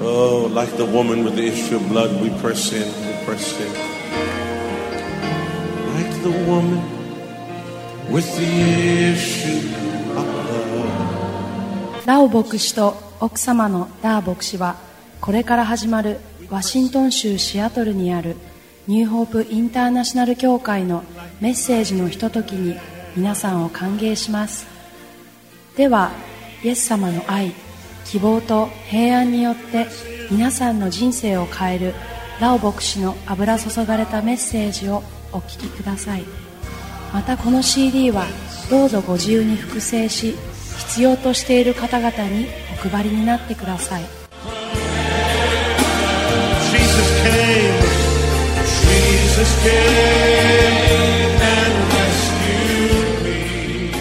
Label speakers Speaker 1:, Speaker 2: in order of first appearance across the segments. Speaker 1: Oh, Like the woman with the issue of blood, we press in, we press in. Like the woman with the issue of blood.
Speaker 2: ラオ牧師と奥様のダー牧師はこれから始まるワシントン州シアトルにあるニューホープインターナショナル協会のメッセージのひとときに皆さんを歓迎しますではイエス様の愛希望と平安によって皆さんの人生を変えるラオ牧師の油注がれたメッセージをお聞きくださいまたこの CD はどうぞご自由に複製し必要としている方々にお配りになってください
Speaker 1: Jesus came, Jesus came and rescued me.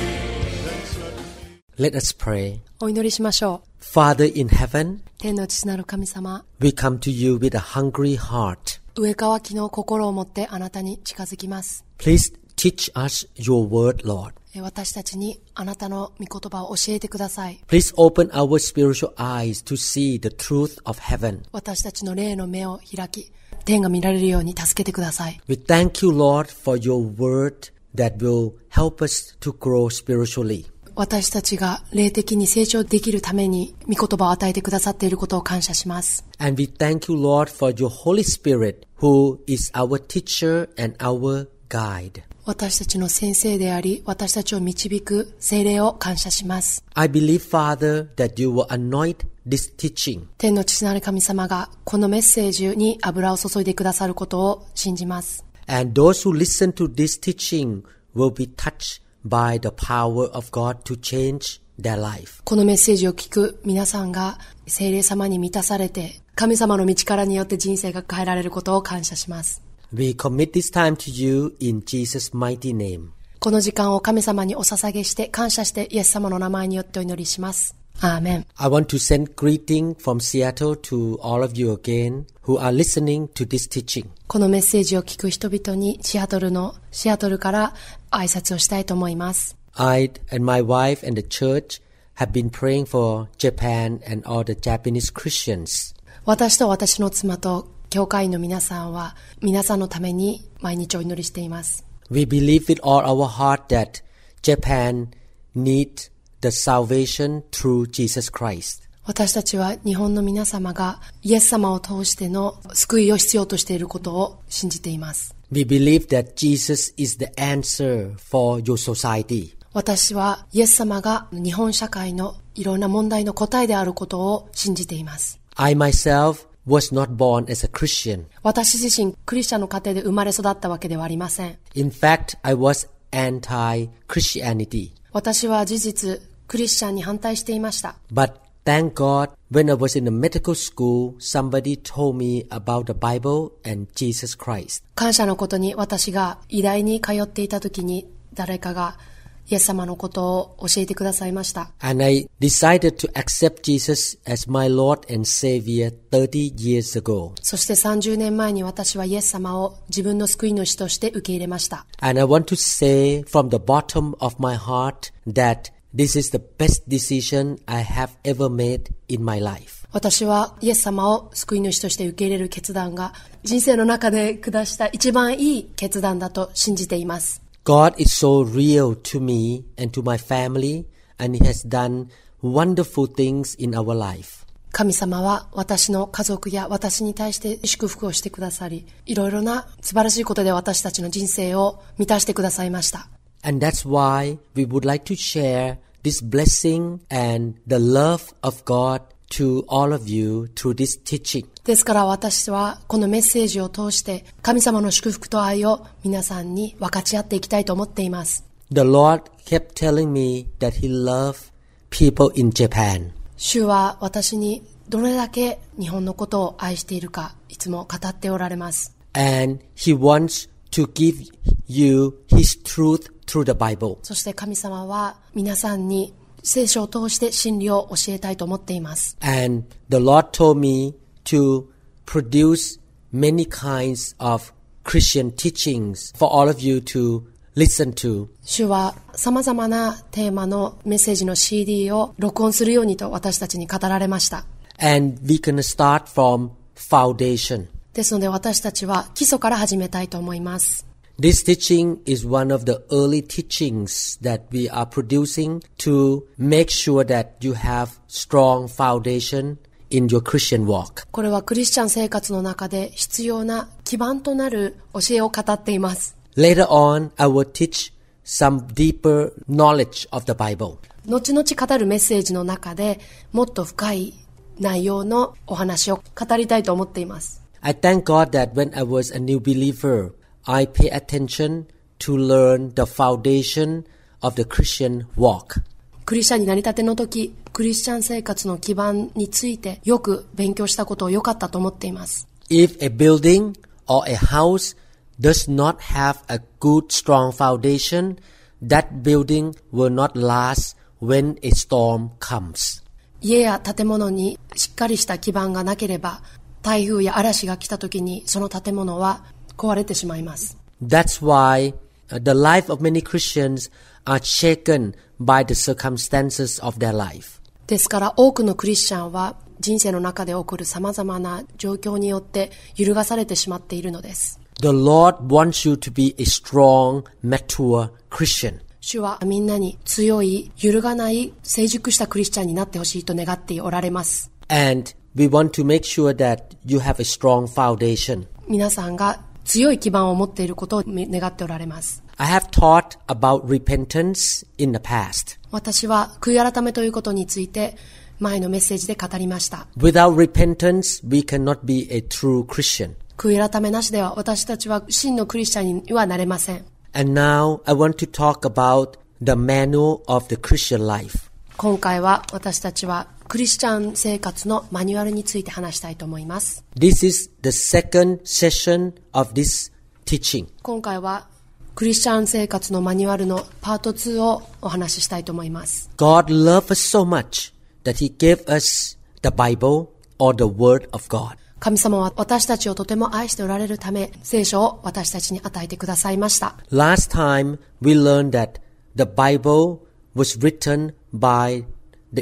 Speaker 3: Let us pray.
Speaker 2: お祈りしましょ
Speaker 3: Father in heaven,
Speaker 2: う天の父なる神様
Speaker 3: we come to you with a hungry heart.
Speaker 2: 上川きの心を持ってあなたに近づきます
Speaker 3: Please teach us your word, Lord.
Speaker 2: えー私たちにあなたの御言葉を教えてください
Speaker 3: Please open our spiritual eyes to see the truth of heaven.
Speaker 2: 私たちの霊の目を開き天が見られるように助けてください
Speaker 3: We thank you, Lord, for your word that will help us to grow spiritually.
Speaker 2: 私たちが霊的に成長できるために御言葉を与えてくださっていることを感謝します
Speaker 3: And we thank you, Lord, for your Holy Spirit, who is our teacher and our guide.
Speaker 2: 私たちの先生であり私たちを導く精霊を感謝します
Speaker 3: I believe, Father, that you will anoint this teaching.
Speaker 2: 天の父なる神様がこのメッセージに油を注いでくださることを信じます
Speaker 3: And those who listen to this teaching will be touched by the power of God to change their life.
Speaker 2: このメッセージを聞く皆さんが精霊様に満たされて神様の道からによって人生が変えられることを感謝します
Speaker 3: We commit this time to you in Jesus' mighty name.
Speaker 2: この時間を神様にお捧げして感謝してイエス様の名前によってお祈りしますアーメン
Speaker 3: I want to send greeting from Seattle to all of you again who are listening to this teaching.
Speaker 2: このメッセージを聞く人々にシアトルのシアトルから挨拶をしたいと思います
Speaker 3: I and my wife and the church have been praying for Japan and all the Japanese Christians.
Speaker 2: 私と私の妻と教会員の皆さんは皆さんのために毎日お祈りしています
Speaker 3: We believe with all our heart that Japan needs the salvation through Jesus Christ.
Speaker 2: 私たちは日本の皆様がイエス様を通しての救いを必要としていることを信じています。
Speaker 3: We believe that Jesus is the answer for your society.
Speaker 2: 私はイエス様が日本社会のいろんな問題の答えであることを信じています。
Speaker 3: I myself was not born as a Christian.
Speaker 2: 私自身クリスチャンの家庭で生まれ育ったわけではありません。
Speaker 3: In fact, I was anti-Christianity.
Speaker 2: 私は事実クリスチャンに反対していました。
Speaker 3: But thank God, when I was in the medical school, somebody told me about the Bible and Jesus Christ.
Speaker 2: 感謝のことに私が医大に通っていた時に誰かがイエス様のことを教えてくださいました。
Speaker 3: And I decided to accept Jesus as my Lord and Savior 30 years ago.
Speaker 2: そして30年前に私はイエス様を自分の救い主として受け入れました。
Speaker 3: And I want to say from the bottom of my heart that this is the best decision I have ever made in my life.
Speaker 2: 私はイエス様を救い主として受け入れる決断が人生の中で下した一番いい決断だと信じています。
Speaker 3: God is so real to me and to my family, and He has done wonderful things in our life.
Speaker 2: 神様は私の家族や私に対して祝福をしてくださり、いろいろな素晴らしいことで私たちの人生を満たしてくださいました。
Speaker 3: And that's why we would like to share this blessing and the love of God to all of you through this teaching.
Speaker 2: ですから私はこのメッセージを通して神様の祝福と愛を皆さんに分かち合っていきたいと思っています。
Speaker 3: The Lord kept telling me that He loved people in Japan.
Speaker 2: 主は私にどれだけ日本のことを愛しているかいつも語っておられます。
Speaker 3: and he wants to give you his truth through the bible
Speaker 2: そして神様は皆さんに聖書を通して真理を教えたいと思っています。
Speaker 3: and the lord told me to produce many kinds of christian teachings for all of you to listen to
Speaker 2: 主は様々なテーマのメッセージの CD を録音するようにと私たちに語られました。
Speaker 3: and we're going to start from foundation.
Speaker 4: ですので私たちは基礎から始めたいと思います。
Speaker 3: This teaching is one of the early teachings that we are producing to make sure that you have strong foundation in your Christian walk.
Speaker 4: これはクリスチャン生活の中で必要な基盤となる教えを語っています。
Speaker 3: Later on, I will teach some deeper knowledge of the Bible.
Speaker 4: 後々語るメッセージの中でもっと深い内容のお話を語りたいと思っています。
Speaker 3: I thank God that when I was a new believer, I pay attention to learn the foundation of the Christian walk.
Speaker 4: クリスチャンになりたての時、クリスチャン生活の基盤についてよく勉強したことを良かったと思っています。
Speaker 3: If a building or a house does not have a good strong foundation, that building will not last when a storm comes.
Speaker 4: 家や建物にしっかりした基盤がなければ、台風や嵐が来た時にその建物は壊れてしまいます。
Speaker 3: That's why uh, the life of many Christians are shaken by the circumstances of their life.
Speaker 4: ですから多くのクリスチャンは人生の中で起こる様々な状況によって揺るがされてしまっているのです。
Speaker 3: The Lord wants you to be a strong, mature Christian.
Speaker 4: 主はみんなに強い、揺るがない、成熟したクリスチャンになってほしいと願っておられます。
Speaker 3: And we want to make sure that you have a strong foundation.
Speaker 4: 皆さんが強い基盤を持っていることを願っておられます。
Speaker 3: I have taught about repentance in the past.
Speaker 4: 私は悔い改めということについて前のメッセージで語りました。
Speaker 3: Without repentance, we cannot be a true Christian.
Speaker 4: 悔い改めなしでは私たちは真のクリスチャンにはなれません。
Speaker 3: And now I want to talk about the manual of the Christian life.
Speaker 4: 今回は私たちはクリスチャン生活のマニュアルについて話したいと思います。
Speaker 3: This is the second session of this teaching.
Speaker 4: 今回はクリスチャン生活のマニュアルのパート2をお話ししたいと思います。
Speaker 3: God loved us so much that He gave us the Bible or the Word of God.
Speaker 4: 神様は私たちをとても愛しておられるため、聖書を私たちに与えてくださいました。
Speaker 3: Last time we learned that the Bible was written by the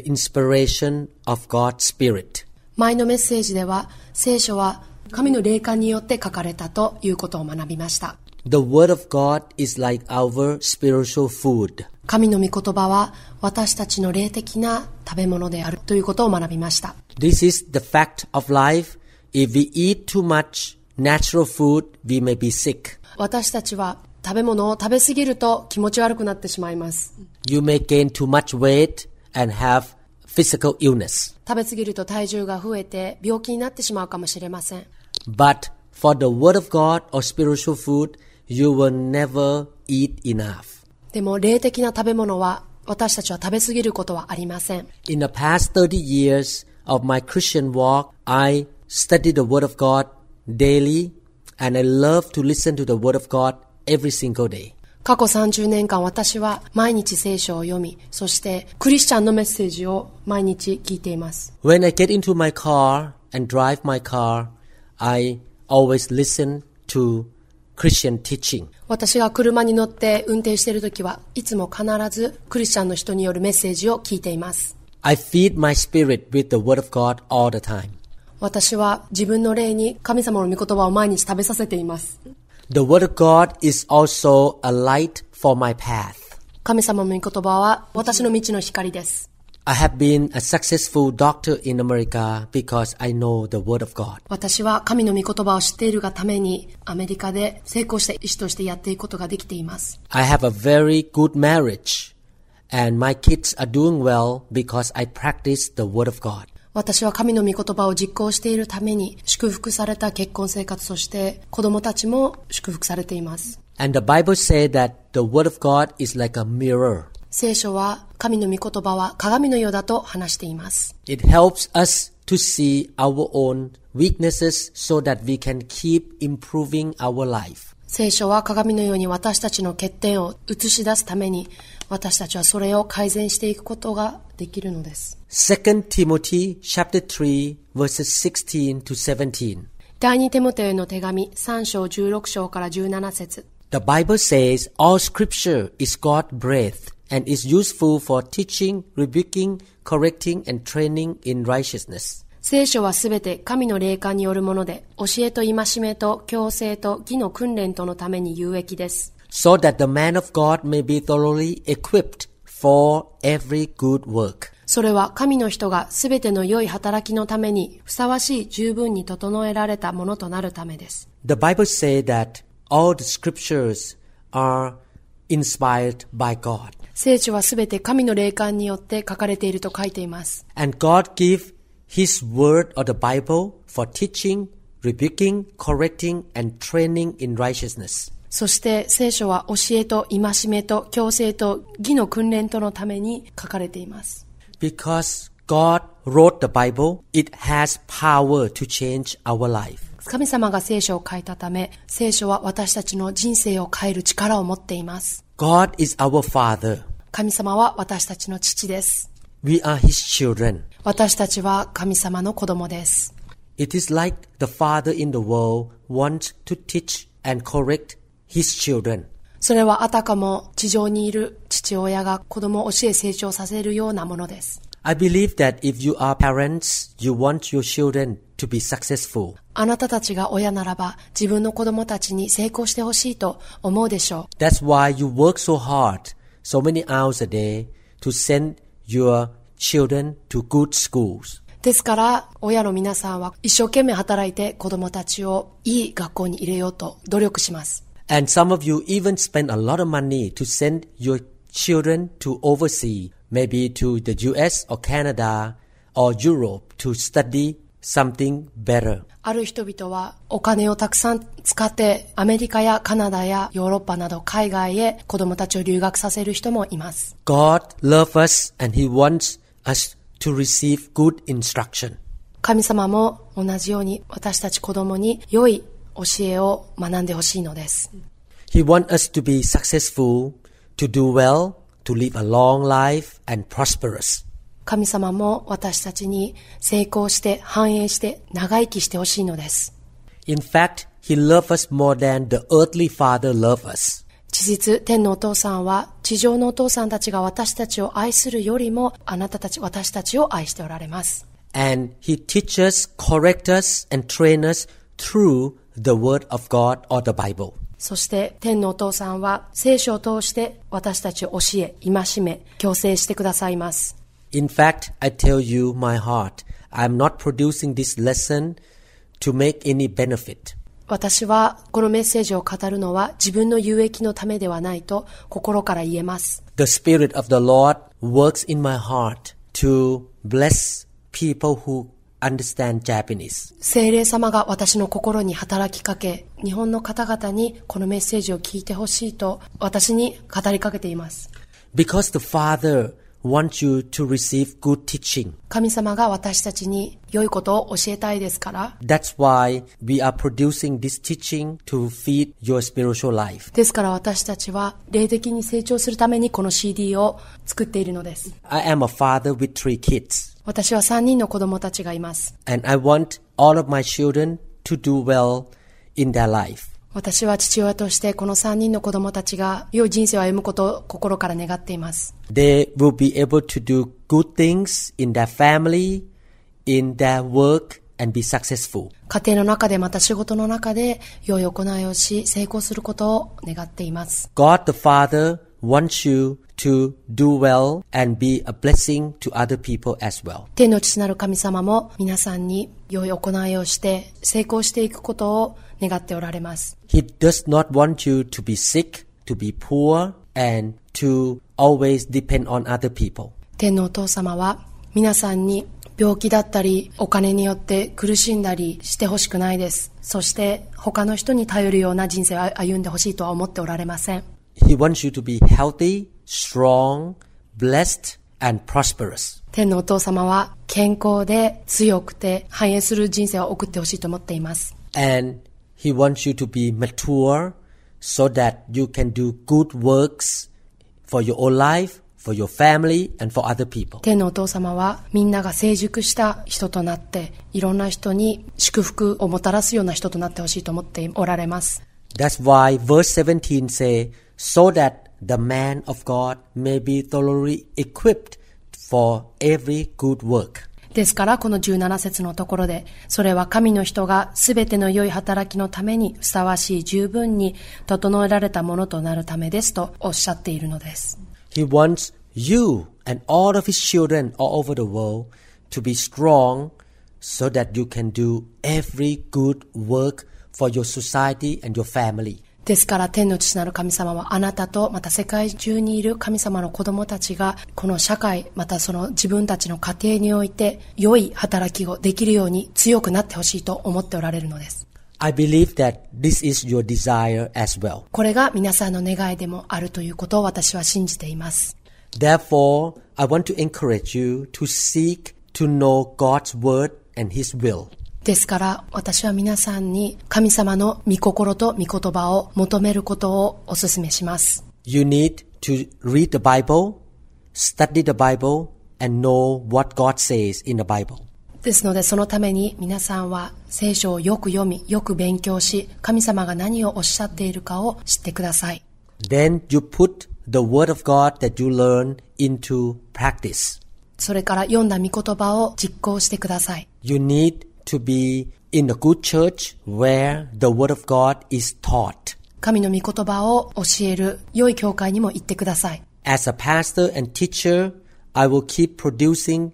Speaker 3: inspiration of God's Spirit.
Speaker 4: 前のメッセージでは、聖書は神の霊感によって書かれたということを学びました。
Speaker 3: The Word of God is like our spiritual food.
Speaker 4: 神の御言葉は私たちの霊的な食べ物であるということを学びました。
Speaker 3: This is the fact of life. If we eat too much natural food, we may be sick.
Speaker 4: 私たちは食べ物を食べ過ぎると気持ち悪くなってしまいます。
Speaker 3: You may gain too much weight and have physical illness.
Speaker 4: 食べ過ぎると体重が増えて病気になってしまうかもしれません。
Speaker 3: But for the Word of God or spiritual food, you will never eat enough.
Speaker 4: でも霊的な食べ物は私たちは食べ過ぎることはありません。
Speaker 3: In the past 30 years of my Christian walk, I study the Word of God daily and I love to listen to the Word of God every single day.
Speaker 4: 過去30年間私は毎日聖書を読み、そしてクリスチャンのメッセージを毎日聞いています。
Speaker 3: When I get into my car and drive my car, I always listen to Christian teaching.
Speaker 4: 私が車に乗って運転している時はいつも必ずクリスチャンの人によるメッセージを聞いています。
Speaker 3: I feed my spirit with the Word of God all the time.
Speaker 4: 私は自分の霊に神様の御言葉を毎日食べさせています。
Speaker 3: The Word of God is also a light for my path.
Speaker 4: 神様の御言葉は私の道の光です。
Speaker 3: I have been a successful doctor in America because I know the Word of God.
Speaker 4: 私は神の御言葉を知っているがためにアメリカで成功した医師としてやっていくことができています。
Speaker 3: I have a very good marriage and my kids are doing well because I practice the Word of God.
Speaker 4: 私は神の御言葉を実行しているために祝福された結婚生活そして子供たちも祝福されています。
Speaker 3: And the Bible says that the Word of God is like a mirror.
Speaker 4: 聖書は神の御言葉は鏡のようだと話しています。
Speaker 3: It helps us to see our own weaknesses so that we can keep improving our life.
Speaker 4: 聖書は鏡のように私たちの欠点を映し出すために私たちはそれを改善していくことができるのです。
Speaker 3: 2 Timothy chapter 3 verses 16 to 17.
Speaker 4: 第二テモテへの手紙3章16章から17節
Speaker 3: The Bible says all scripture is God breathed and is useful for teaching, rebuking, correcting, and training in righteousness.
Speaker 4: 聖書はすべて神の霊感によるもので、教えと戒めと強制と義の訓練とのために有益です。
Speaker 3: so that the man of God may be thoroughly equipped for every good work.
Speaker 4: それは神の人がすべての良い働きのためにふさわしい十分に整えられたものとなるためです。
Speaker 3: The Bible says that all the scriptures are inspired by God,
Speaker 4: 聖書はすべて神の霊感によって書かれていると書いています。
Speaker 3: and God give His word or the Bible for teaching, rebuking, correcting, and training in righteousness.
Speaker 4: そして聖書は教えと戒めと強制と義の訓練とのために書かれています。
Speaker 3: Because God wrote the Bible, it has power to change our life.
Speaker 4: 神様が聖書を変えたため、聖書は私たちの人生を変える力を持っています。
Speaker 3: God is our Father.
Speaker 4: 神様は私たちの父です。
Speaker 3: We are His children.
Speaker 4: 私たちは神様の子供です。
Speaker 3: It is like the father in the world wants to teach and correct his children.
Speaker 4: それはあたかも地上にいる父親が子供を教え成長させるようなものです。
Speaker 3: I believe that if you are parents, you want your children to be successful.
Speaker 4: あなたたちが親ならば自分の子供たちに成功してほしいと思うでしょう。
Speaker 3: That's why you work so hard, so many hours a day, to send your children to good schools.
Speaker 4: ですから親の皆さんは一生懸命働いて子供たちをいい学校に入れようと努力します。
Speaker 3: And some of you even spend a lot of money to send your children to overseas, maybe to the US or Canada or Europe to study something better.
Speaker 4: ある人々はお金をたくさん使ってアメリカやカナダやヨーロッパなど海外へ子供たちを留学させる人もいます。
Speaker 3: God loves us and He wants us to receive good instruction.
Speaker 4: 神様も同じように私たち子供に良い教えを学んでほしいのです。
Speaker 3: He wants us to be successful, to do well, to live a long life and prosperous.
Speaker 4: 神様も私たちに成功して繁栄して長生きしてほしいのです。
Speaker 3: In fact, He loves us more than the earthly Father loves us.
Speaker 4: 事実、天のお父さんは地上のお父さんたちが私たちを愛するよりもあなたたち、私たちを愛しておられます。
Speaker 3: And He teaches, corrects us, and trains us through the Word of God or the Bible.
Speaker 4: そして天のお父さんは聖書を通して私たちを教え、戒め、強制してくださいます。
Speaker 3: In fact, I tell you my heart, I'm not producing this lesson to make any benefit.
Speaker 4: 私はこのメッセージを語るのは自分の有益のためではないと心から言えます。
Speaker 3: The Spirit of the Lord works in my heart to bless people who understand Japanese.
Speaker 4: 聖霊様が私の心に働きかけ、日本の方々にこのメッセージを聞いてほしいと私に語りかけています。
Speaker 3: Because the Father wants you to receive good teaching.
Speaker 4: 神様が私たちに良いことを教えたいですから、
Speaker 3: That's why we are producing this teaching to feed your spiritual life.
Speaker 4: ですから私たちは霊的に成長するためにこの CD を作っているのです。
Speaker 3: I am a father with three kids,
Speaker 4: 私は3人の子供たちがいます。
Speaker 3: and I want all of my children to do well in their life.
Speaker 4: 私は父親としてこの3人の子供たちが良い人生を歩むことを心から願っています。
Speaker 3: They will be able to do good things in their family, in their work, and be successful.
Speaker 4: 家庭の中でまた仕事の中で良い行いをし成功することを願っています。
Speaker 3: God the Father wants you to do well and be a blessing to other people as well.
Speaker 4: 天の父なる神様も皆さんに良い行いをして成功していくことを願っておられます。
Speaker 3: He does not want you to be sick, to be poor, and to always depend on other people.
Speaker 4: 天のお父様は皆さんに病気だったりお金によって苦しんだりしてほしくないです。そして他の人に頼るような人生を歩んでほしいとは思っておられません。
Speaker 3: He wants you to be healthy, strong, blessed, and prosperous.
Speaker 4: 天のお父様は健康で強くて繁栄する人生を送ってほしいと思っています。
Speaker 3: And He wants you to be mature so that you can do good works for your own life, for your family, and for other people.
Speaker 4: 天のお父様はみんなが成熟した人となっていろんな人に祝福をもたらすような人となってほしいと思っておられます。
Speaker 3: That's why verse 17 say, so that the man of God may be thoroughly equipped for every good work.
Speaker 4: ですからこの17節のところで、それは神の人がすべての良い働きのためにふさわしい十分に整えられたものとなるためですとおっしゃっているのです。
Speaker 3: He wants you and all of His children all over the world to be strong so that you can do every good work for your society and your family.
Speaker 4: ですから天の父なる神様はあなたとまた世界中にいる神様の子供たちがこの社会またその自分たちの家庭において良い働きをできるように強くなってほしいと思っておられるのです。
Speaker 3: I believe that this is your desire as well.
Speaker 4: これが皆さんの願いでもあるということを私は信じています。
Speaker 3: Therefore, I want to encourage you to seek to know God's word and His will.
Speaker 4: ですから私は皆さんに神様の御心と御言葉を求めることをお勧めします。
Speaker 3: You need to read the Bible, study the Bible, and know what God says in the Bible.
Speaker 4: ですのでそのために皆さんは聖書をよく読み、よく勉強し、神様が何をおっしゃっているかを知ってください。
Speaker 3: Then you put the word of God that you learn into practice.
Speaker 4: それから読んだ御言葉を実行してください。
Speaker 3: You need to be in a good church where the word of God is taught.
Speaker 4: 神の御言葉を教える良い教会にも行ってください。
Speaker 3: As a pastor and teacher, I will keep producing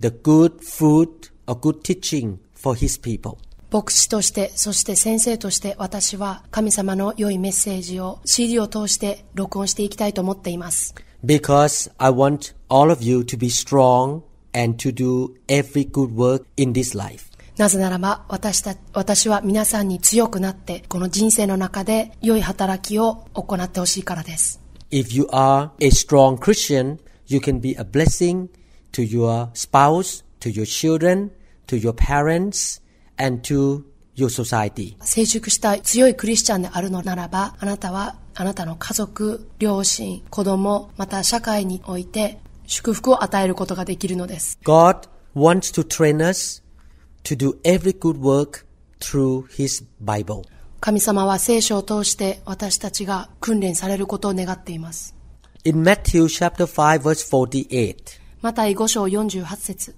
Speaker 3: the good fruit or good teaching for his people.
Speaker 4: 牧師として、そして先生として私は神様の良いメッセージを CD を通して録音していきたいと思っています。
Speaker 3: Because I want all of you to be strong and to do every good work in this life.
Speaker 4: なぜならば私た、私は皆さんに強くなって、この人生の中で良い働きを行ってほしいからです。
Speaker 3: If you are a strong Christian, you can be a blessing to your spouse, to your children, to your parents, and to your society.
Speaker 4: 成熟した強いクリスチャンであるのならば、あなたはあなたの家族、両親、子供、また社会において祝福を与えることができるのです。
Speaker 3: God wants to train us to do every good work through His Bible.
Speaker 4: 神様は聖書を通して私たちが訓練されることを願っています。
Speaker 3: In Matthew chapter 5 verse 48,
Speaker 4: また、5章48節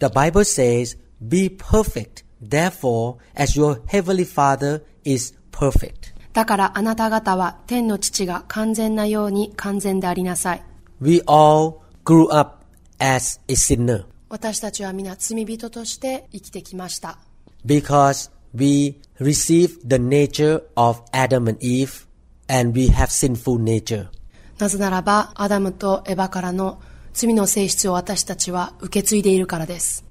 Speaker 3: the Bible says, Be perfect, therefore, as your heavenly Father is perfect.
Speaker 4: だからあなた方は天の父が完全なように完全でありなさい。
Speaker 3: We all grew up as a sinner
Speaker 4: 私たちは皆罪人として生きてきました。
Speaker 3: because we received the nature of Adam and Eve and we have sinful nature.
Speaker 4: なぜならば、アダムとエバからの罪の性質を私たちは受け継いでいるからです。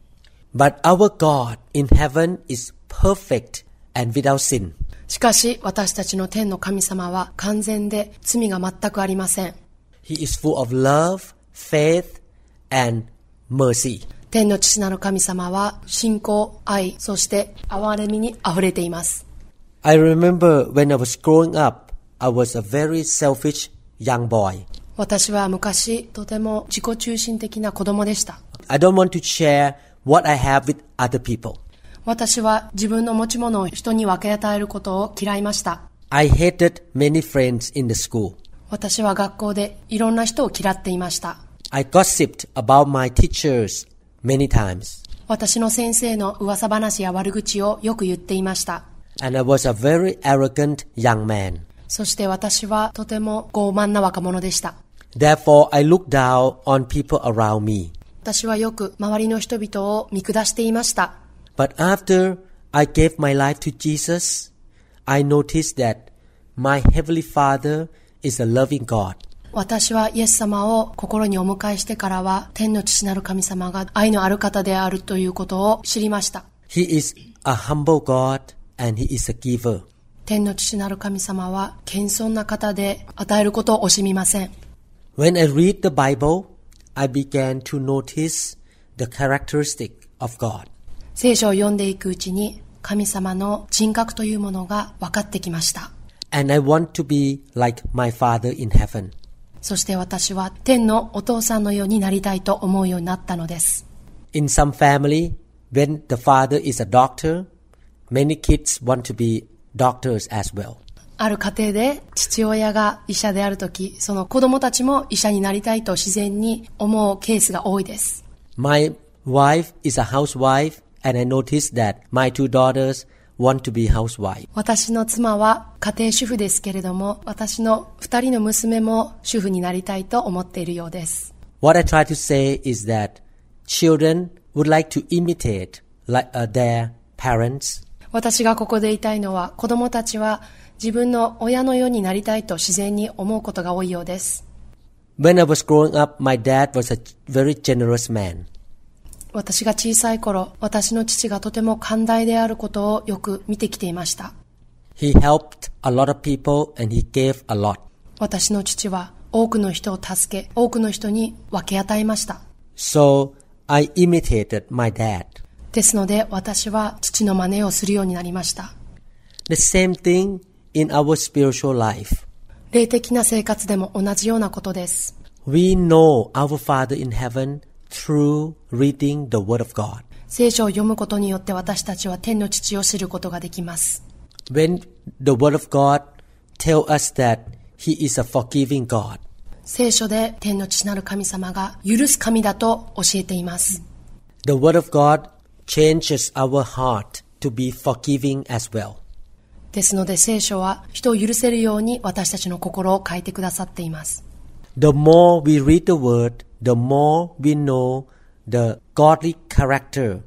Speaker 3: But our God in heaven is perfect and without sin.
Speaker 4: しかし、私たちの天の神様は完全で罪が全くありません。
Speaker 3: He is full of love, faith, and mercy.
Speaker 4: 天の父なる神様は信仰、愛、そして憐れみに溢れています。
Speaker 3: I remember when I was growing up, I was a very selfish young boy.
Speaker 4: 私は昔、とても自己中心的な子供でした。
Speaker 3: I don't want to share what I have with other people.
Speaker 4: 私は自分の持ち物を人に分け与えることを嫌いました。
Speaker 3: I hated many friends in the school.
Speaker 4: 私は学校でいろんな人を嫌っていました。
Speaker 3: I gossiped about my teachers many times.
Speaker 4: 私の先生の噂話や悪口をよく言っていました。
Speaker 3: And I was a very arrogant young man.
Speaker 4: そして私はとても傲慢な若者でした。
Speaker 3: Therefore, I looked down on people around me.
Speaker 4: 私はよく周りの人々を見下していました。
Speaker 3: But after I gave my life to Jesus, I noticed that my Heavenly Father is a loving God.
Speaker 4: 私はイエス様を心にお迎えしてからは天の父なる神様が愛のある方であるということを知りました。
Speaker 3: He is a humble God and He is a giver.
Speaker 4: 天の父なる神様は謙遜な方で与えることを惜しみません。
Speaker 3: When I read the Bible, I began to notice the characteristic of God.
Speaker 4: 聖書を読んでいくうちに神様の人格というものが分かってきました。
Speaker 3: And I want to be like my Father in heaven.
Speaker 4: そして私は天のお父さんのようになりたいと思うようになったのです。
Speaker 3: In some family, when the father is a doctor, many kids want to be doctors as well.
Speaker 4: ある家庭で父親が医者であるとき、その子供たちも医者になりたいと自然に思うケースが多いです。
Speaker 3: My wife is a housewife, and I noticed that my two daughters want to be housewife.
Speaker 4: 私の妻は家庭主婦ですけれども、私の二人の娘も主婦になりたいと思っているようです。
Speaker 3: What I try to say is that children would like to imitate like, uh, their parents.
Speaker 4: 私がここで言いたいのは、子供たちは自分の親のようになりたいと自然に思うことが多いようです。
Speaker 3: When I was growing up, my dad was a very generous man.
Speaker 4: 私が小さい頃、私の父がとても寛大であることをよく見てきていました。
Speaker 3: He helped a lot of people and he gave a lot.
Speaker 4: 私の父は多くの人を助け、多くの人に分け与えました。
Speaker 3: So I imitated my dad.
Speaker 4: ですので私は父の真似をするようになりました。
Speaker 3: The same thing in our spiritual life.
Speaker 4: 霊的な生活でも同じようなことです。
Speaker 3: We know our Father in heaven through reading the Word of God.
Speaker 4: 聖書を読むことによって私たちは天の父を知ることができます。
Speaker 3: When the Word of God tell us that He is a forgiving God,
Speaker 4: 聖書で天の父なる神様が許す神だと教えています。
Speaker 3: the Word of God changes our heart to be forgiving as well.
Speaker 4: ですので聖書は人を許せるように私たちの心を変えてくださっています。
Speaker 3: The more we read the Word, the more we know the godly character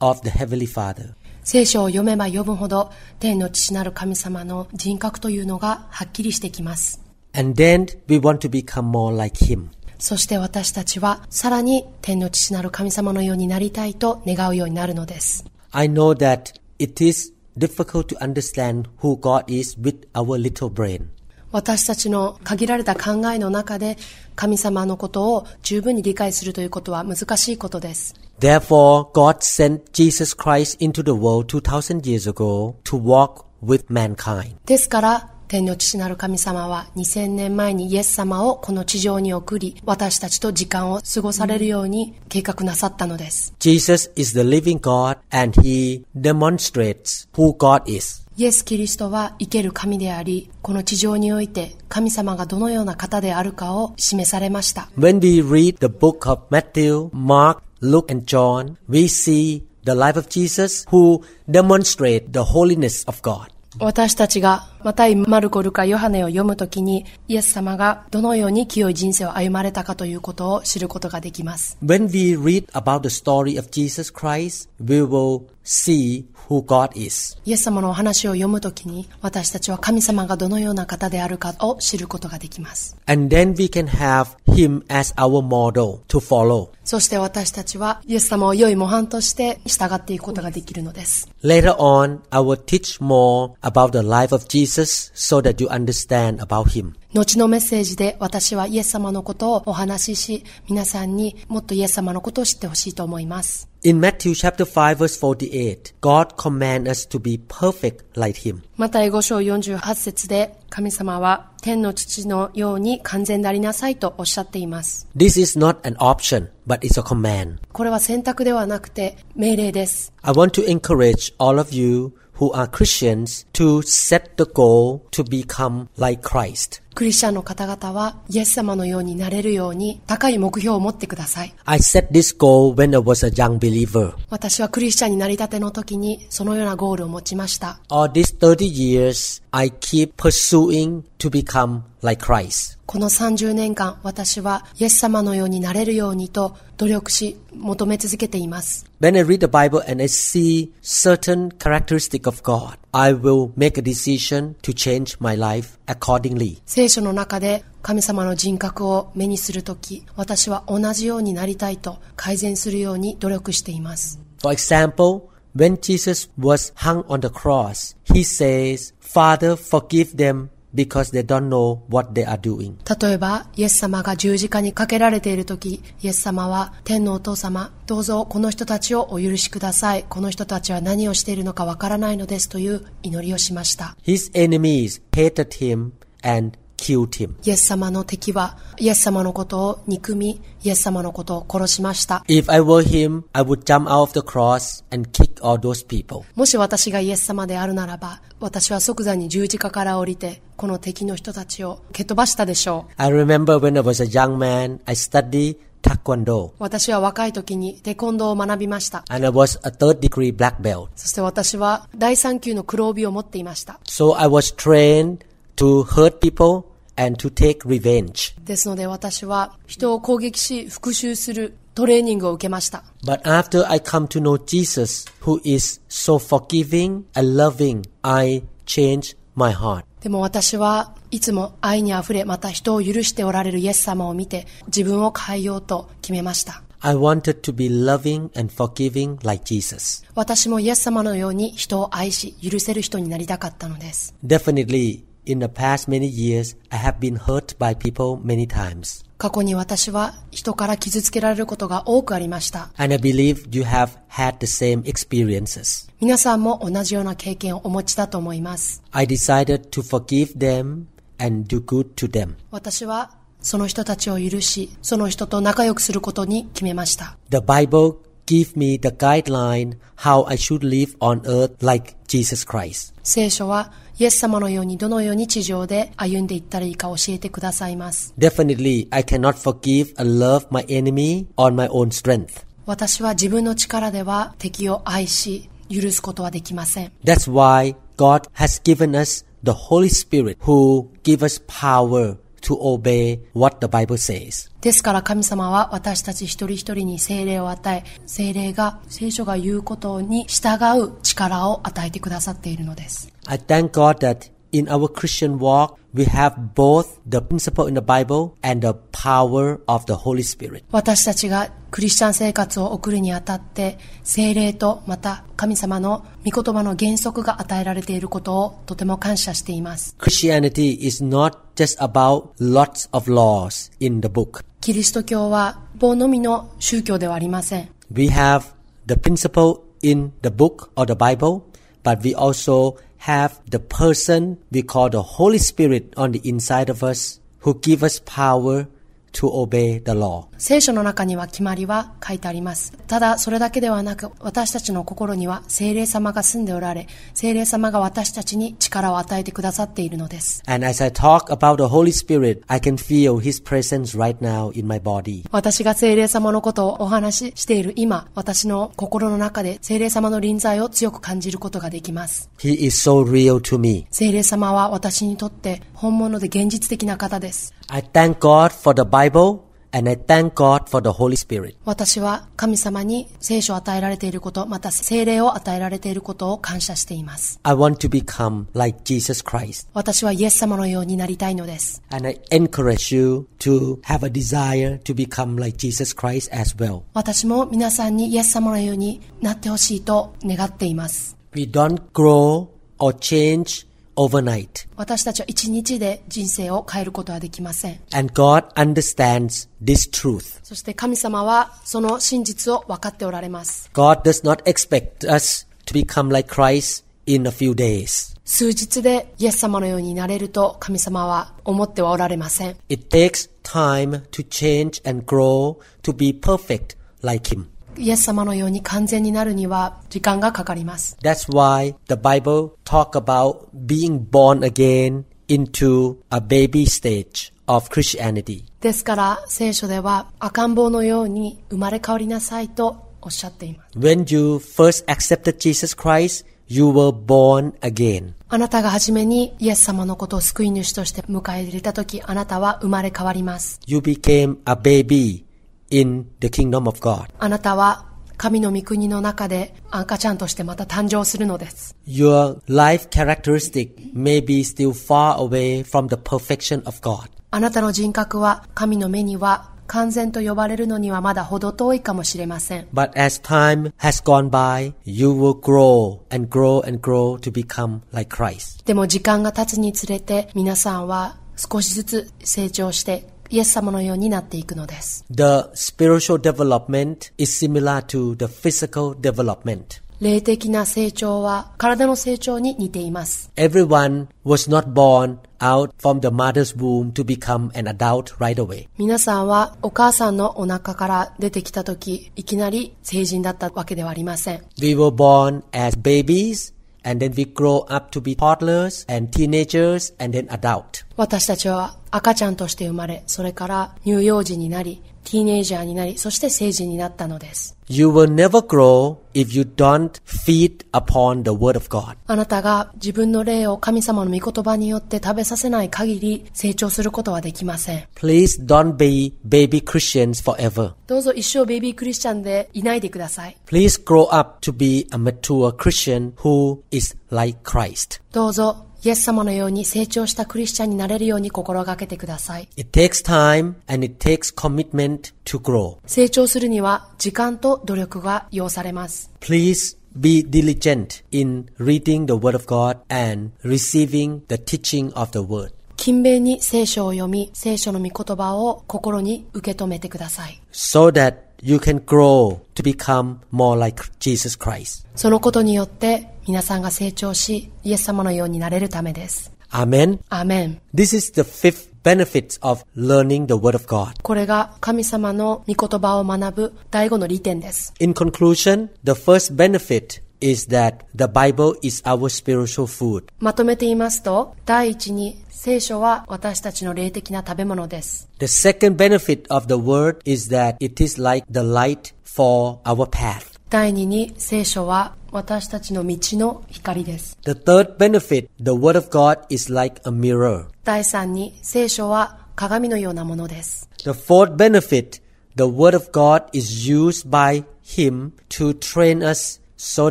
Speaker 3: of the Heavenly Father.
Speaker 4: 聖書を読めば読むほど天の父なる神様の人格というのがはっきりしてきます。
Speaker 3: And then we want to become more like Him.
Speaker 4: そして私たちはさらに天の父なる神様のようになりたいと願うようになるのです。
Speaker 3: I know that it is difficult to understand who God is with our little brain.
Speaker 4: 私たちの限られた考えの中で神様のことを十分に理解するということは難しいことです。
Speaker 3: Therefore, God sent Jesus Christ into the world 2000 years ago to walk with mankind.
Speaker 4: ですから天の父なる神様は2000年前にイエス様をこの地上に送り私たちと時間を過ごされるように計画なさったのです。
Speaker 3: Jesus is the living God and He demonstrates who God is.
Speaker 4: イエス・キリストは生ける神であり、この地上において神様がどのような方であるかを示されました。
Speaker 3: When we read the book of Matthew, Mark, Luke, and John, we see the life of Jesus who demonstrate the holiness of God.
Speaker 4: 私たちがマタイ、マルコ、ルカ、ヨハネを読むときに、イエス様がどのように清い人生を歩まれたかということを知ることができます。
Speaker 3: When we read about the story of Jesus Christ, we will see who God is.
Speaker 4: イエス様のお話を読むときに、私たちは神様がどのような方であるかを知ることができます。
Speaker 3: And then we can have Him as our model to follow.
Speaker 4: そして私たちは、イエス様を良い模範として従っていくことができるのです。
Speaker 3: Later on, I will teach more about the life of Jesus so that you understand about Him.
Speaker 4: 後のメッセージで私はイエス様のことをお話しし、皆さんにもっとイエス様のことを知ってほしいと思います。
Speaker 3: In Matthew chapter 5 verse 48, God commands us to be perfect like Him.
Speaker 4: また5章48節で神様は天の父のように完全でありなさいとおっしゃっています。
Speaker 3: This is not an option, but it's a command.
Speaker 4: これは選択ではなくて命令です。
Speaker 3: I want to encourage all of you who are Christians to set the goal to become like Christ.
Speaker 4: クリスチャンの方々はイエス様のようになれるように高い目標を持ってください。
Speaker 3: I set this goal when I was a young believer.
Speaker 4: 私はクリスチャンになりたての時にそのようなゴールを持ちました。
Speaker 3: All these 30 years, I keep pursuing to become like Christ.
Speaker 4: この30年間私はイエス様のようになれるようにと努力し求め続けています。
Speaker 3: When I read the Bible and I see certain characteristic of God, I will make a decision to change my life accordingly.
Speaker 4: 聖書の中で神様の人格を目にするとき、私は同じようになりたいと改善するように努力しています。
Speaker 3: For example, when Jesus was hung on the cross, he says, Father, forgive them because they don't know what they are doing.
Speaker 4: 例えば、イエス様が十字架にかけられているとき、イエス様は、天のお父様、どうぞこの人たちをお許しください。この人たちは何をしているのかわからないのですという祈りをしました。
Speaker 3: His enemies hated him and killed him.
Speaker 4: イエス様の敵は、イエス様のことを憎み、イエス様のことを殺しました。
Speaker 3: If I were him, I would jump out of the cross and kick all those people.
Speaker 4: もし私がイエス様であるならば、私は即座に十字架から降りて、この敵の人たちを蹴っ飛ばしたでしょう。
Speaker 3: I remember when I was a young man, I studied taekwondo,
Speaker 4: 私は若い時にテコンドーを学びました。
Speaker 3: and I was a third degree black belt.
Speaker 4: そして私は第3級の黒帯を持っていました。
Speaker 3: So I was trained to hurt people and to take revenge.
Speaker 4: ですので私は人を攻撃し復讐するトレーニングを受けました。
Speaker 3: But after I come to know Jesus, who is so forgiving and loving, I change my heart.
Speaker 4: でも私はいつも愛にあふれまた人を許しておられるイエス様を見て自分を変えようと決めました。
Speaker 3: I wanted to be loving and forgiving like Jesus.
Speaker 4: 私もイエス様のように人を愛し許せる人になりたかったのです。
Speaker 3: Definitely, in the past many years, I have been hurt by people many times.
Speaker 4: 過去に私は人から傷つけられることが多くありました。
Speaker 3: And I believe you have had the same experiences.
Speaker 4: 皆さんも同じような経験をお持ちだと思います。
Speaker 3: I decided to forgive them and do good to them.
Speaker 4: 私はその人たちを許し、その人と仲良くすることに決めました。
Speaker 3: The Bible gives me the guideline how I should live on earth like Jesus Christ.
Speaker 4: 聖書はイエス様のようにどのように地上で歩んでいったらいいか教えてくださいます。
Speaker 3: Definitely, I cannot forgive and love my enemy on my own strength.
Speaker 4: 私は自分の力では敵を愛し、許すことはできません。
Speaker 3: That's why God has given us the Holy Spirit who give us power to obey what the Bible says.
Speaker 4: ですから神様は私たち一人一人に聖霊を与え、聖霊が聖書が言うことに従う力を与えてくださっているのです。
Speaker 3: I thank God that in our Christian walk, we have both the principle in the Bible and the power of the Holy Spirit.
Speaker 4: 私たちがクリスチャン生活を送るにあたって、聖霊とまた神様の御言葉の原則が与えられていることをとても感謝しています。
Speaker 3: Christianity is not just about lots of laws in the book.
Speaker 4: キリスト教は法のみの宗教ではありません。
Speaker 3: We have the principle in the book or the Bible, but we also have the person we call the Holy Spirit on the inside of us who give us power to obey the law.
Speaker 4: 聖書の中には決まりは書いてあります。ただ、それだけではなく、私たちの心には聖霊様が住んでおられ、聖霊様が私たちに力を与えてくださっているのです。
Speaker 3: And as I talk about the Holy Spirit, I can feel His presence right now in my body.
Speaker 4: 私が聖霊様のことをお話ししている今、私の心の中で聖霊様の臨在を強く感じることができます。
Speaker 3: He is so real to me.
Speaker 4: 聖霊様は私にとって本物で現実的な方です。
Speaker 3: I thank God for the Bible and I thank God for the Holy Spirit.
Speaker 4: 私は神様に聖書を与えられていること、また聖霊を与えられていることを感謝しています。
Speaker 3: I want to become like Jesus Christ.
Speaker 4: 私はイエス様のようになりたいのです。
Speaker 3: And I encourage you to have a desire to become like Jesus Christ as well.
Speaker 4: 私も皆さんにイエス様のようになってほしいと願っています。
Speaker 3: We don't grow or change overnight.
Speaker 4: 私たちは一日で人生を変えることはできません。
Speaker 3: And God understands this truth.
Speaker 4: そして神様はその真実を分かっておられます。
Speaker 3: God does not expect us to become like Christ in a few days.
Speaker 4: 数日でイエス様のようになれると神様は思ってはおられません。
Speaker 3: It takes time to change and grow to be perfect like Him.
Speaker 4: イエス様のように完全になるには時間がかかります。
Speaker 3: That's why the Bible talk about being born again into a baby stage of Christianity.
Speaker 4: ですから聖書では赤ん坊のように生まれ変わりなさいとおっしゃっています。
Speaker 3: When you first accepted Jesus Christ, you were born again.
Speaker 4: あなたが初めにイエス様のことを救い主として迎え入れた時、あなたは生まれ変わります。
Speaker 3: You became a baby in the kingdom of God.
Speaker 4: あなたは神の御国の中で赤ちゃんとしてまた誕生するのです。
Speaker 3: Your life characteristic may be still far away from the perfection of God.
Speaker 4: あなたの人格は神の目には完全と呼ばれるのにはまだ程遠いかもしれません。
Speaker 3: But as time has gone by, you will grow and grow and grow to become like Christ.
Speaker 4: でも時間が経つにつれて皆さんは少しずつ成長してイエス様のようになっていくのです。
Speaker 3: The spiritual development is similar to the physical development.
Speaker 4: 霊的な成長は体の成長に似ています。
Speaker 3: Everyone was not born out from the mother's womb to become an adult right away.
Speaker 4: 皆さんはお母さんのお腹から出てきた時いきなり成人だったわけではありません
Speaker 3: We were born as babies and then we grow up to be toddlers and teenagers and then adult.
Speaker 4: 私たちは赤ちゃんとして生まれそれから乳幼児になりティーネイジャーになり、そして成人になったのです。
Speaker 3: You will never grow if you don't feed upon the Word of God.
Speaker 4: あなたが自分の霊を神様の御言葉によって食べさせない限り成長することはできません。
Speaker 3: Please don't be baby Christians forever.
Speaker 4: どうぞ一生ベイビークリスチャンでいないでください。
Speaker 3: Please grow up to be a mature Christian who is like Christ.
Speaker 4: どうぞ、イエス様のように成長したクリスチャンになれるように心がけてください。
Speaker 3: It takes time and it takes commitment to grow.
Speaker 4: 成長するには時間と努力が要されます。
Speaker 3: Please be diligent in reading the Word of God and receiving the teaching of the Word.
Speaker 4: 勤勉に聖書を読み、聖書の御言葉を心に受け止めてください。
Speaker 3: so that you can grow to become more like Jesus Christ.
Speaker 4: そのことによって皆さんが成長し、イエス様のようになれるためです。
Speaker 3: Amen.
Speaker 4: アーメン。
Speaker 3: This is the fifth benefit of learning the Word of God.
Speaker 4: これが神様の御言葉を学ぶ第五の利点です。
Speaker 3: In conclusion, the first benefit is that the Bible is our spiritual food.
Speaker 4: まとめて言いますと、第一に聖書は私たちの霊的な食べ物です。
Speaker 3: The second benefit of the Word is that it is like the light for our path.
Speaker 4: 第二に聖書は私たちの道の光です。
Speaker 3: The third benefit, the Word of God is like a mirror.
Speaker 4: 第三に聖書は鏡のようなものです。
Speaker 3: The fourth benefit, the Word of God is used by Him to train us so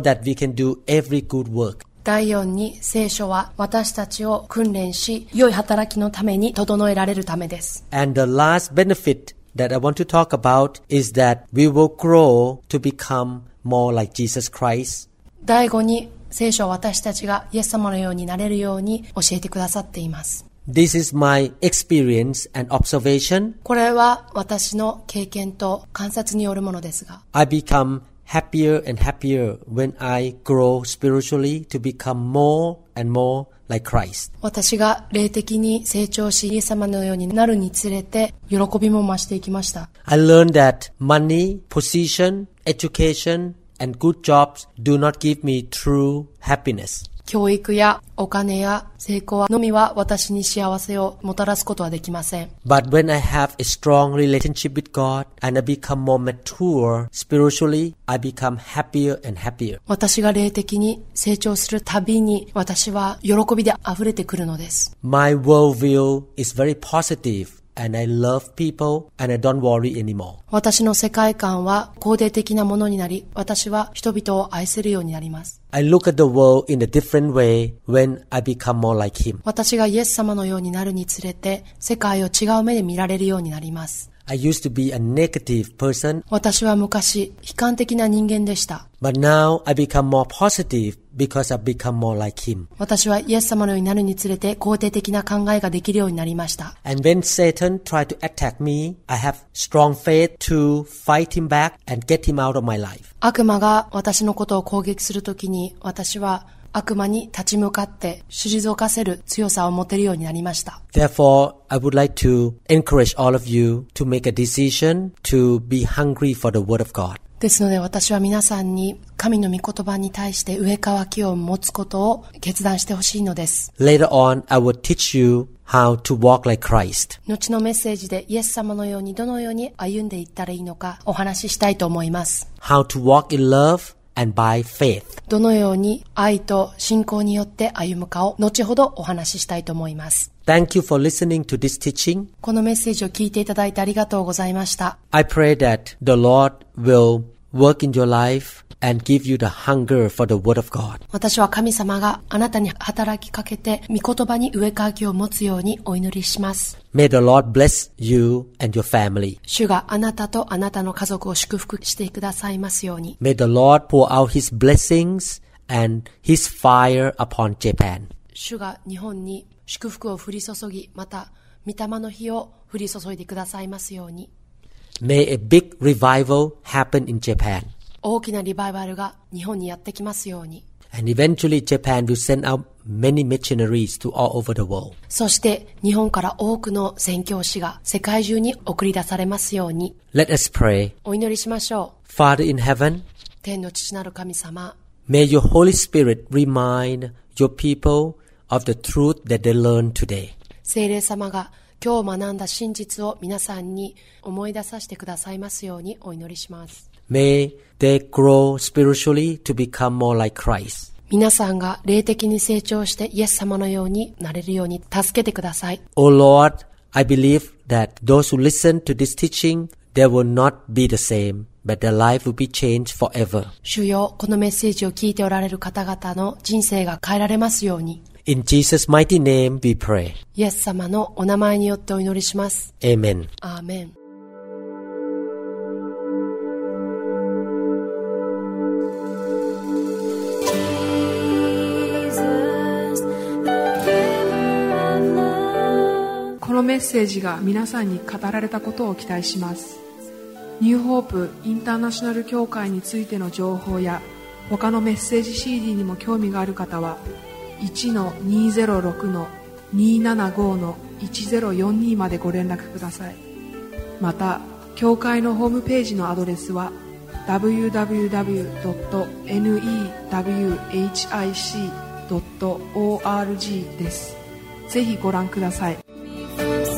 Speaker 3: that we can do every good work.
Speaker 4: 第四に聖書は私たちを訓練し、良い働きのために整えられるためです。
Speaker 3: And the last benefit that I want to talk about is that we will grow to become more like Jesus Christ.
Speaker 4: 第五に聖書は私たちがイエス様のようになれるように教えてくださっています。
Speaker 3: This is my experience and observation.
Speaker 4: これは私の経験と観察によるものですが、
Speaker 3: I become happier and happier when I grow spiritually to become more and more like Christ.
Speaker 4: 私が霊的に成長し、イエス様のようになるにつれて、喜びも増していきました。
Speaker 3: I learned that money, position, education, and good jobs do not give me true happiness.
Speaker 4: 教育やお金や成功のみは私に幸せをもたらすことはできません。
Speaker 3: But when I have a strong relationship with God and I become more mature spiritually, I become happier and happier.
Speaker 4: 私が霊的に成長するたびに私は喜びで溢れてくるのです。
Speaker 3: My worldview is very positive and I love people and I don't worry anymore.
Speaker 4: 私の世界観は肯定的なものになり、私は人々を愛せるようになります。
Speaker 3: I look at the world in a different way when I become more like Him.
Speaker 4: 私がイエス様のようになるにつれて、世界を違う目で見られるようになります。
Speaker 3: I used to be a negative person
Speaker 4: 私は昔、悲観的な人間でした。
Speaker 3: But now I become more positive because I become more like him.
Speaker 4: 私はイエス様のようになるにつれて肯定的な考えができるようになりました。
Speaker 3: And when Satan tried to attack me, I have strong faith to fight him back and get him out of my life.
Speaker 4: 悪魔が私のことを攻撃するときに私は悪魔に立ち向かって退かせる強さを持てるようになりました。
Speaker 3: Therefore, I would like to encourage all of you to make a decision to be hungry for the word of God.
Speaker 4: ですので私は皆さんに神の御言葉に対して上かわきを持つことを決断してほしいのです。
Speaker 3: Later on, I will teach you how to walk like Christ.
Speaker 4: 後のメッセージでイエス様のようにどのように歩んでいったらいいのかお話ししたいと思います。
Speaker 3: How to walk in love and by faith.
Speaker 4: どのように愛と信仰によって歩むかを後ほどお話ししたいと思います。
Speaker 3: Thank you for listening to this teaching.
Speaker 4: このメッセージを聞いていただいてありがとうございました。
Speaker 3: I pray that the Lord will work in your life and give you the hunger for the Word of God.
Speaker 4: 私は神様があなたに働きかけて、御言葉に上書きを持つようにお祈りします。
Speaker 3: May the Lord bless you and your family.
Speaker 4: 主があなたとあなたの家族を祝福してくださいますように。
Speaker 3: May the Lord pour out His blessings and His fire upon Japan.
Speaker 4: 主が日本に祝福を降り注ぎ、また、御霊の火を降り注いでくださいますように。
Speaker 3: May a big revival happen in Japan.
Speaker 4: 大きなリバイバルが日本にやってきますように。
Speaker 3: And eventually Japan will send out many missionaries to all over the world.
Speaker 4: そして、日本から多くの宣教師が世界中に送り出されますように。
Speaker 3: Let us pray.
Speaker 4: お祈りしましょう。
Speaker 3: Father in heaven,
Speaker 4: 天の父なる神様。
Speaker 3: may your Holy Spirit remind your people of the truth that they learned today.
Speaker 4: 聖霊様が今日学んだ真実を皆さんに思い出させてくださいますようにお祈りします。
Speaker 3: May they grow spiritually to become more like Christ.
Speaker 4: 皆さんが霊的に成長してイエス様のようになれるように助けてください。
Speaker 3: O Lord, I believe that those who listen to this teaching, they will not be the same, but their life will be changed forever.
Speaker 4: 主よ、このメッセージを聞いておられる方々の人生が変えられますように、
Speaker 3: In Jesus' mighty name we pray.
Speaker 4: イエス様のお名前によってお祈りします。
Speaker 3: Amen.
Speaker 4: アーメン。
Speaker 5: このメッセージが皆さんに語られたことを期待しますニューホープインターナショナル協会についての情報や他のメッセージ CD にも興味がある方は1-206-275-1042までご連絡くださいまた協会のホームページのアドレスは www.newhic.org ですぜひご覧ください
Speaker 6: From